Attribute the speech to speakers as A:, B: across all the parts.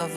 A: Love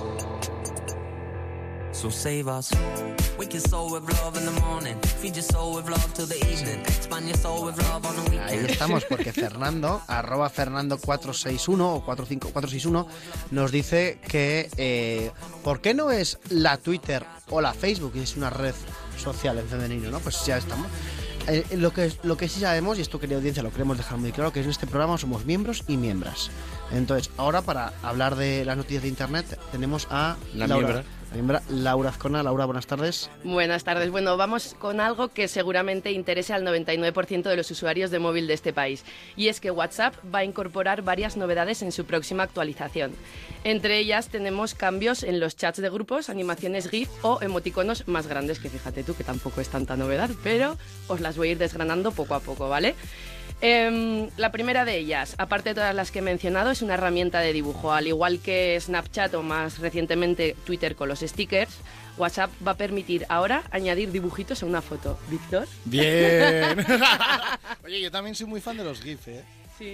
A: So save us. Wake your soul with love in the morning. Feed your soul with love till the evening. Expand your soul with love on the
B: Ahí
A: weekend.
B: estamos, porque Fernando, arroba Fernando461 o 45461, nos dice que eh, ¿por qué no es la Twitter o la Facebook? que Es una red social en femenino, ¿no? Pues ya estamos. Eh, lo, que, lo que sí sabemos, y esto querida audiencia lo queremos dejar muy claro, que en este programa somos miembros y miembras. Entonces, ahora para hablar de las noticias de Internet, tenemos a
C: La
B: Laura,
C: miembra.
B: la miembra Laura Azcona. Laura, buenas tardes.
D: Buenas tardes. Bueno, vamos con algo que seguramente interese al 99% de los usuarios de móvil de este país. Y es que WhatsApp va a incorporar varias novedades en su próxima actualización. Entre ellas tenemos cambios en los chats de grupos, animaciones GIF o emoticonos más grandes, que fíjate tú que tampoco es tanta novedad, pero os las voy a ir desgranando poco a poco, ¿vale? Em, la primera de ellas, aparte de todas las que he mencionado, es una herramienta de dibujo. Al igual que Snapchat o más recientemente Twitter con los stickers, WhatsApp va a permitir ahora añadir dibujitos a una foto. ¿Víctor?
C: Bien. Oye, yo también soy muy fan de los GIF, ¿eh?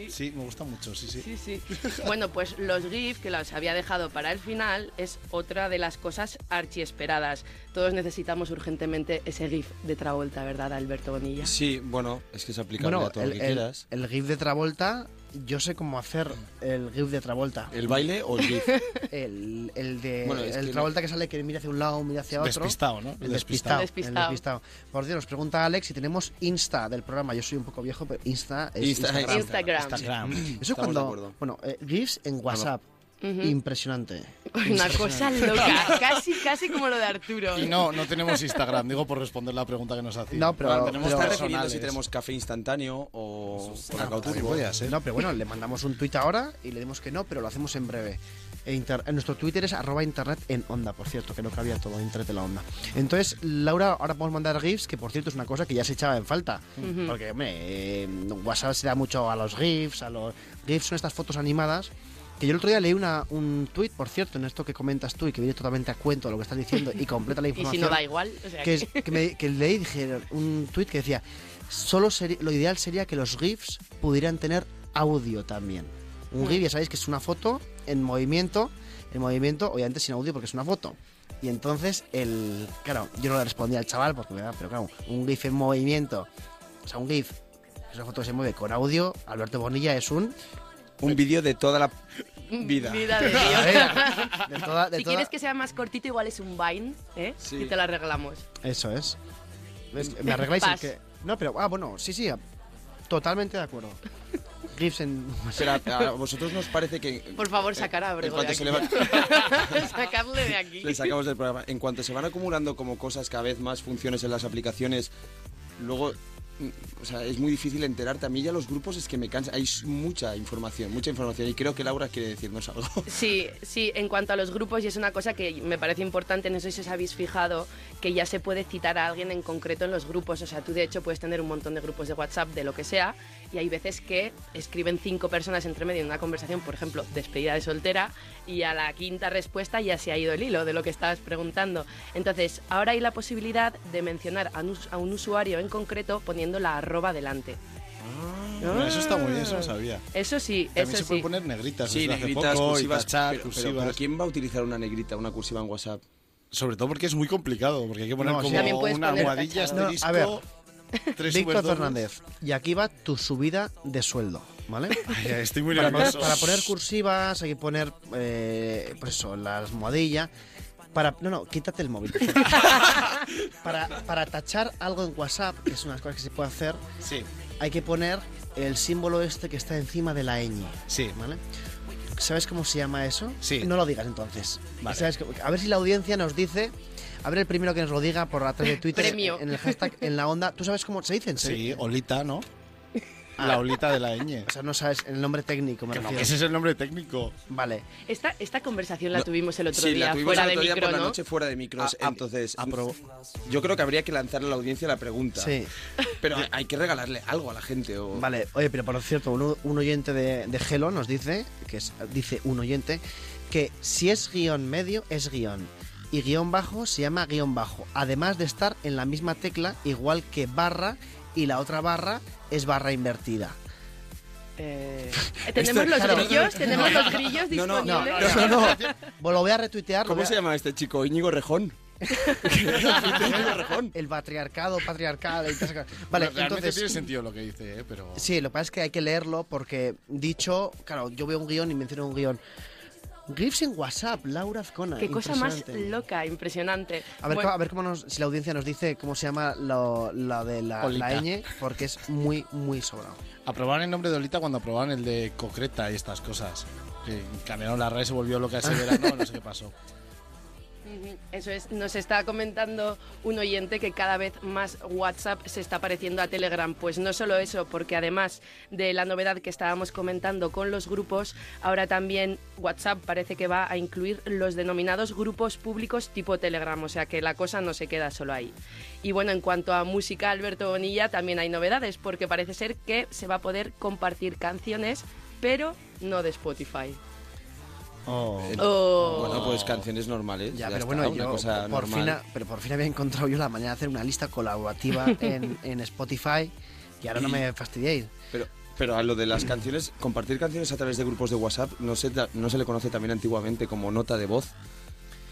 C: Sí, me gusta mucho, sí, sí.
D: Sí, sí. Bueno, pues los GIF que los había dejado para el final es otra de las cosas archiesperadas. Todos necesitamos urgentemente ese GIF de Travolta, ¿verdad, Alberto Bonilla?
C: Sí, bueno, es que es aplicable
B: Bueno,
C: a todo
B: el,
C: lo que
B: el-
C: quieras.
B: el GIF de Travolta, yo sé cómo hacer el GIF de Travolta.
C: ¿El baile o el GIF?
B: El, el de
C: Eh, Bueno, es
B: el
C: que
B: Travolta que sale que mira hacia un lado, mira hacia otro.
C: Despistado, ¿no?
B: El despistado,
D: Despistado.
B: el despistado. Por cierto, nos pregunta Alex si tenemos Insta del programa. Yo soy un poco viejo, pero Insta es
C: Insta-
B: Instagram.
D: Instagram.
C: Instagram.
B: Eso
C: Estamos
B: es cuando,
C: de acuerdo.
B: bueno, eh, GIFs en WhatsApp.
D: Ujú.
B: Impresionante.
D: Una cosa loca, casi, casi como lo de Arturo.
C: Y no, no tenemos Instagram, digo por responder la pregunta que nos hacía.
B: No, pero-
C: Ahora
B: pero-
C: tenemos
B: ¿Estás
E: ¿Estás
C: personales.
E: refiriendo si tenemos café instantáneo o
B: Ah,
E: cacao
B: también
E: turbo?
B: podía
C: ¿eh?
B: ser. No, pero bueno, le mandamos un tuit ahora y le dimos que no, pero lo hacemos en breve. E inter- en nuestro Twitter es arroba internet en onda, por cierto, que no cabía todo internet en la onda. Entonces, Laura, ahora podemos mandar GIFs, que por cierto es una cosa que ya se echaba en falta. Porque, hombre, eh, WhatsApp se da mucho a los GIFs, a los GIFs son estas fotos animadas. Que yo el otro día leí una, un tuit, por cierto, en esto que comentas tú y que viene totalmente a cuento lo que estás diciendo y completa la
D: Y
B: información
D: si no da igual, o sea
B: que,
D: que-
B: es- que me- que leí dije, un tuit que decía, solo seri- lo ideal sería que los GIFs pudieran tener audio también. Un GIF ya sabéis que es una foto en movimiento, en movimiento obviamente sin audio porque es una foto. Y entonces el, claro, yo no le respondí al chaval porque me da, pero claro, un GIF en movimiento, o sea, un GIF es una foto que se mueve con audio, Alberto Bonilla es un
E: Un vídeo de toda la vida.
D: Vida de Dios.
B: a ver, de toda- de
D: Si
B: toda-
D: quieres que sea más cortito, igual es un Vine, ¿eh?
E: Sí.
D: Y te lo arreglamos.
B: Eso es. ¿Ves? Me arregláis el
D: Pas.
B: que. No, pero. Ah, bueno, sí, sí. Totalmente de acuerdo. GIFs en.
E: Pero a, a vosotros nos parece que... eh,
D: Por favor, sacar a
E: en
D: Abrego de
E: cuanto
D: aquí.
E: se le, va-
D: Sacarle de aquí.
E: le sacamos del programa, en cuanto se van acumulando como cosas cada vez más funciones en las aplicaciones, luego... mm, O sea, es muy difícil enterarte. A mí ya los grupos es que me cansa. Hay s- mucha información, mucha información. Y creo que Laura quiere decirnos algo.
D: Sí, sí, en cuanto a los grupos, y es una cosa que me parece importante, no sé si os habéis fijado, que ya se puede citar a alguien en concreto en los grupos. O sea, tú de hecho puedes tener un montón de grupos de WhatsApp, de lo que sea, y hay veces que escriben cinco personas entre medio en una conversación, por ejemplo, despedida de soltera, y a la quinta respuesta ya se ha ido el hilo de lo que estabas preguntando. Entonces, ahora hay la posibilidad de mencionar a un, us- a un usuario en concreto poniendo la arroba delante.
C: Bueno, Ah, eso está muy bien, eso no sabía.
D: Eso sí,
C: También
D: eso
C: se pueden
D: sí.
C: poner negritas desde hace
E: negritas,
C: poco, y
E: cursivas,
C: tachar,
E: pero- pero- pero
C: cursivas.
E: ¿Quién va a utilizar una negrita, una cursiva en WhatsApp?
C: Sobre todo porque es muy complicado, porque hay que poner
B: No, sí.
D: También
C: como
D: puedes
C: una
D: poner
C: almohadilla,
D: tachado.
C: asterisco,
B: No, a ver. Víctor
C: tres superdobles.
B: Fernández. Y aquí va tu subida de sueldo, ¿vale?
C: Ay, ay, estoy muy
B: Para poner,
C: nervioso.
B: para poner cursivas, hay que poner. eh, pues eso, la almohadilla. Para, no, no, quítate el móvil. por favor. para, para tachar algo en WhatsApp, que es una de las cosas que se puede hacer,
C: Sí,
B: hay que poner el símbolo este que está encima de la ñ.
C: sí.
B: ¿Vale? ¿Sabes cómo se llama eso?
C: Sí.
B: No lo digas entonces.
C: Vale.
B: ¿Sabes cómo- A ver si la audiencia nos dice. A ver el primero que nos lo diga por atrás de Twitter.
D: Premio.
B: En el hashtag en la onda. ¿Tú sabes cómo se dicen?
C: Sí, Olita, ¿no? La olita de la ñ.
B: O sea, no sabes el nombre técnico, me
C: Que no, que
B: refiero.
C: ese es el nombre técnico.
B: Vale.
D: Esta, esta conversación la
E: No,
D: tuvimos el otro
E: sí,
D: día
E: la tuvimos
D: fuera
E: el
D: de
E: otro día
D: micro,
E: por
D: ¿no?
E: la noche fuera de
B: Ah,
E: micros.
C: A- a-
E: entonces, mm,
C: apro-
E: yo creo que habría que lanzarle a la audiencia la pregunta.
B: Sí.
E: Pero hay- hay que regalarle algo a la gente. O...
B: Vale, oye, pero por cierto, un, un oyente de, de Gelo nos dice, que es- dice un oyente, que si es guión medio, es guión. Y guión bajo se llama guión bajo. Además de estar en la misma tecla, igual que barra, y la otra barra es barra invertida.
D: Eh, tenemos
E: Esto-
D: los
E: claro.
D: grillos, tenemos los grillos
E: No, no,
D: disponibles.
E: no,
B: No, no, Bueno, lo voy a retuitear. lo
E: ¿Cómo
B: voy a-
E: se llama este chico? Íñigo Rejón. Íñigo Rejón.
B: El patriarcado, patriarcal. interseccional. Vale,
C: Realmente
B: entonces.
C: tiene sentido lo que dice, ¿eh? pero...
B: Sí, lo que pasa es que hay que leerlo porque dicho, claro, yo veo un guión y menciono un guión. Griffs en WhatsApp, Laura Azcona.
D: Qué cosa más
B: impresionante.
D: loca, impresionante.
B: A ver,
D: Bueno,
B: cómo- a ver cómo nos, si la audiencia nos dice cómo se llama lo, la de la,
C: Olita.
B: la ñ, porque es muy, muy sobrado.
E: Pues
C: Aprobaron el nombre de Olita cuando aprobaron el de Concreta y estas cosas. Que cambiaron la RAE, se volvió loca ese verano, no sé qué pasó.
D: ujú, Eso es, nos está comentando un oyente que cada vez más WhatsApp se está pareciendo a Telegram. Pues no solo eso, porque además de la novedad que estábamos comentando con los grupos, ahora también WhatsApp parece que va a incluir los denominados grupos públicos tipo Telegram, o sea que la cosa no se queda solo ahí. Y bueno, en cuanto a música, Alberto Bonilla, también hay novedades, porque parece ser que se va a poder compartir canciones, pero no de Spotify. Oh.
E: Bueno, pues canciones normales.
B: Ya,
E: Ya,
B: pero
E: está,
B: bueno,
E: una
B: yo
E: cosa
B: por fin,
E: normal.
B: a- pero por fin había encontrado yo la manera de hacer una lista colaborativa en, en Spotify y ahora no me fastidiéis.
E: Pero, pero a lo de las canciones, compartir canciones a través de grupos de WhatsApp, no se, ta- no se le conoce también antiguamente como nota de voz.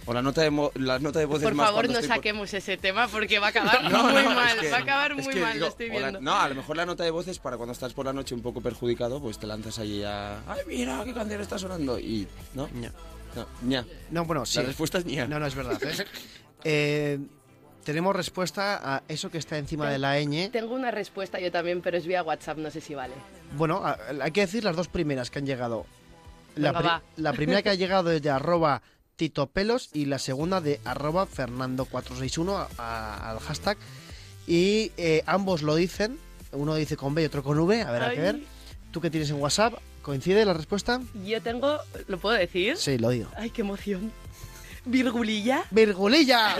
E: O la nota de, mo- la nota de voz es
D: Por
E: más
D: favor,
E: cuando
D: no
E: estoy por-
D: saquemos ese tema porque va a acabar
E: No, no,
D: muy
E: no, es
D: mal.
E: que-
D: va a acabar
E: es
D: muy
E: que
D: mal,
E: digo,
D: lo estoy
E: o la-
D: viendo.
E: no, a lo mejor la nota de voz es para cuando estás por la noche un poco perjudicado, pues te lanzas ahí a. ¡Ay, mira qué canción está sonando! Y. ¿No?
B: Ña.
E: No, ña.
B: No, bueno, sí.
E: La respuesta es ña.
B: No, no, es verdad. ¿eh? Eh, tenemos respuesta a eso que está encima de la ñ.
D: Tengo una respuesta yo también, pero es vía WhatsApp, no sé si vale.
B: Bueno, a- hay que decir las dos primeras que han llegado. La,
D: Venga,
B: pri-
D: va.
B: la primera que ha llegado es de arroba titopelos y la segunda de arroba fernando461 a- a- al hashtag. Y eh, ambos lo dicen. Uno dice con B y otro con V. A ver, a
D: Ay.
B: ver. ¿Tú qué tienes en WhatsApp? ¿Coincide la respuesta?
D: Yo tengo, ¿lo puedo decir?
B: Sí, lo digo.
D: Ay, qué emoción. Virgulilla.
B: ¡Virgulilla!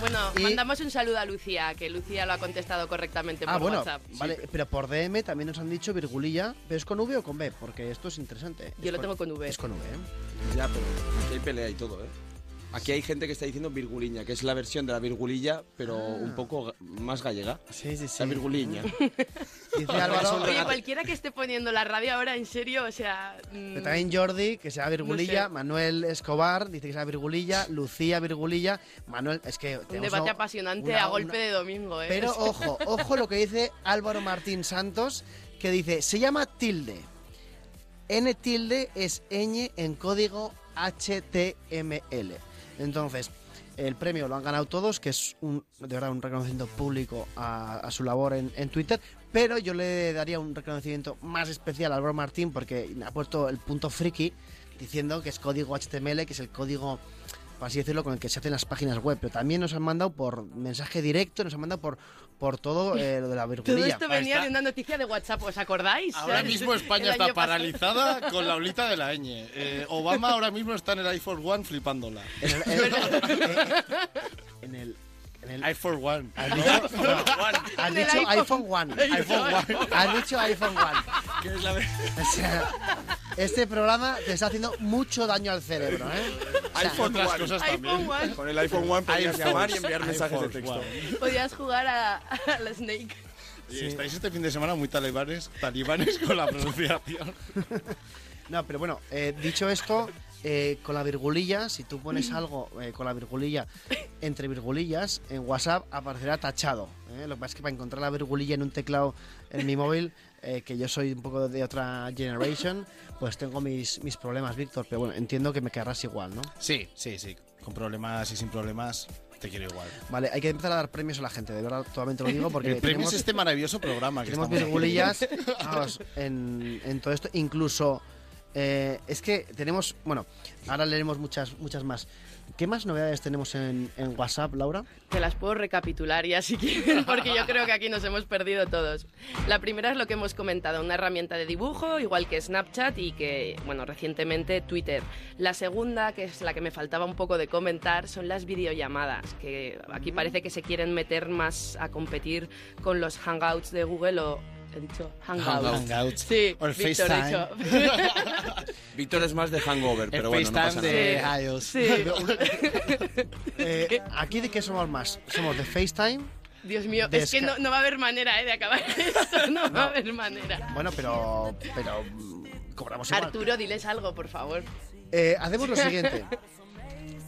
D: Bueno,
B: Y-
D: mandamos un saludo a Lucía, que Lucía lo ha contestado correctamente por
B: Ah, bueno,
D: WhatsApp.
B: vale, pero por DM también nos han dicho virgulilla, pero es con V o con B, porque esto es interesante.
D: Yo
B: Es
D: lo tengo con V.
B: Es con V, ¿eh?
E: Ya, pero aquí hay pelea y todo, ¿eh? Aquí hay gente que está diciendo virguliña, que es la versión de la virgulilla, pero un poco ga- más gallega.
B: Sí, Ah. sí, sí.
E: La virguliña.
B: Dice Álvaro,
D: Oye, cualquiera que esté poniendo la radio ahora, en serio, o sea... mm,
B: Pero también Jordi, que sea Virgulilla,
D: No sé.
B: Manuel Escobar, dice que sea Virgulilla, Lucía Virgulilla, Manuel, es que...
D: un
B: tenemos
D: debate
B: una-
D: apasionante
B: una-
D: a golpe
B: una-
D: de domingo, ¿eh?
B: Pero ojo, ojo lo que dice Álvaro Martín Santos, que dice, se llama tilde. N tilde es ñ en código HTML. Entonces, el premio lo han ganado todos, que es un, de verdad un reconocimiento público a, a su labor en, en Twitter, pero yo le daría un reconocimiento más especial a Álvaro Martín porque ha puesto el punto friki diciendo que es código HTML, que es el código, por así decirlo, con el que se hacen las páginas web, pero también nos han mandado por mensaje directo, nos han mandado por, por todo eh, lo de la
D: Todo
B: virgulilla.
D: esto venía
C: está.
D: de una noticia de WhatsApp, ¿os acordáis?
C: Ahora mismo
D: El
C: España
D: año
C: está
D: pasado.
C: paralizada con la olita de la ñ. Eh, Obama ahora mismo está en el iPhone One flipándola.
B: En el- en- en el- en el-
C: iPhone One.
B: Has dicho, has
D: En el
B: dicho iPhone
D: iPhone.
B: One.
C: iPhone One.
B: Has dicho iPhone One.
E: Que es la ver-
B: O sea, este programa te está haciendo mucho daño al cerebro, ¿eh?
E: iPhone
C: Otras
E: One.
C: cosas
D: iPhone
C: también.
D: One.
E: Con el iPhone One podías
C: iPhone,
E: llamar y enviar
C: iPhone
E: mensajes de texto.
C: One.
D: Podías jugar a, a la Snake.
C: Y Estáis este fin de semana muy talibanes, talibanes con la pronunciación.
B: No, pero bueno, eh, dicho esto, eh, con la virgulilla, si tú pones algo eh, con la virgulilla entre virgulillas, en WhatsApp aparecerá tachado. ¿eh? Lo que pasa es que para encontrar la virgulilla en un teclado en mi móvil, eh, que yo soy un poco de otra generation, pues tengo mis, mis problemas, Víctor. Pero bueno, entiendo que me querrás igual, ¿no?
C: Sí, sí, sí. Con problemas y sin problemas, te quiero igual.
B: Vale, hay que empezar a dar premios a la gente, de verdad, totalmente lo digo, porque
C: El premio
B: tenemos,
C: es este maravilloso este programa que
B: tenemos
C: estamos haciendo.
B: virgulillas vamos, en, en todo esto. Incluso Eh, es que tenemos, bueno, ahora leeremos muchas, muchas más. ¿Qué más novedades tenemos en, en WhatsApp, Laura?
D: Te las puedo recapitular ya si quieren, porque yo creo que aquí nos hemos perdido todos. La primera es lo que hemos comentado, una herramienta de dibujo, igual que Snapchat y que, bueno, recientemente Twitter. La segunda, que es la que me faltaba un poco de comentar, son las videollamadas, que aquí parece que se quieren meter más a competir con los Hangouts de Google o... He dicho Hangouts.
C: Hangouts.
D: Sí,
C: O el
D: Víctor, he dicho.
E: Víctor es más de hangover,
C: El
E: pero bueno, no pasa
C: FaceTime
E: nada.
C: de
D: nada.
C: iOS.
D: Sí.
B: Eh, ¿Aquí de qué somos más? Somos de FaceTime.
D: Dios mío, es que
B: Desca-
D: no, no va a haber manera eh, de acabar esto, no, va a haber manera.
B: Bueno, pero, pero mm, cobramos igual.
D: Arturo, diles algo, por favor.
B: Eh, hacemos lo siguiente.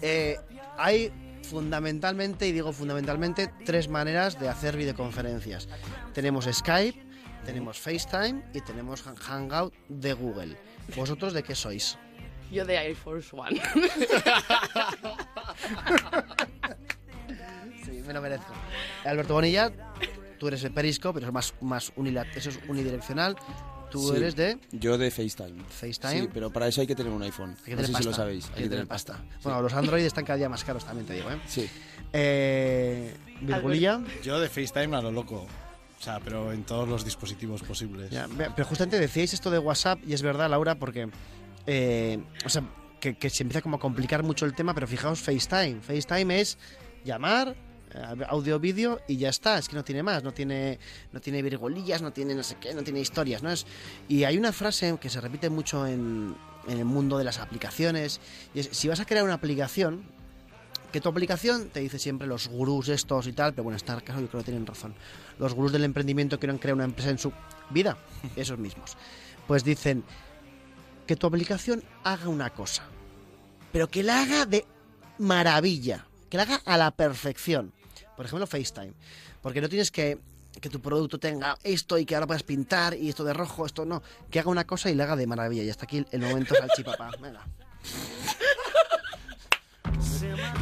B: Eh, hay fundamentalmente, y digo fundamentalmente, tres maneras de hacer videoconferencias. Tenemos Skype, tenemos FaceTime y tenemos Han- Hangout de Google. ¿Vosotros de qué sois?
D: Yo de Air Force One.
B: Sí, me lo merezco. Alberto Bonilla, tú eres de Periscope, pero es más, más unila- eso es unidireccional. Tú
E: Sí.
B: eres de
E: Yo de FaceTime.
B: FaceTime.
E: Sí, pero para eso hay que tener un iPhone.
B: Hay que
E: no
B: tener
E: sé si
B: pasta,
E: lo sabéis.
B: Hay que tener pasta. Bueno, los Android están cada día más caros, también te digo, ¿eh?
E: Sí.
B: eh Virgulilla.
C: Yo de FaceTime a lo loco. O sea, pero en todos los dispositivos posibles.
B: Ya, ve- pero justamente decíais esto de WhatsApp y es verdad, Laura, porque. eh, o sea, que, que se empieza como a complicar mucho el tema, pero fijaos FaceTime. FaceTime es llamar, eh, audio, vídeo y ya está. Es que no tiene más, no tiene, no tiene virgulillas, no tiene no sé qué, no tiene historias, ¿no? Es, y hay una frase que se repite mucho en, en el mundo de las aplicaciones. Y es, si vas a crear una aplicación, que tu aplicación te dice siempre los gurús estos y tal, pero bueno, en este caso yo creo que tienen razón. Los gurús del emprendimiento quieren crear una empresa en su vida, esos mismos. Pues dicen que tu aplicación haga una cosa, pero que la haga de maravilla, que la haga a la perfección. Por ejemplo, FaceTime, porque no tienes que que tu producto tenga esto y que ahora puedas pintar y esto de rojo, esto no, que haga una cosa y la haga de maravilla. Y hasta aquí el momento salchipapá. Venga.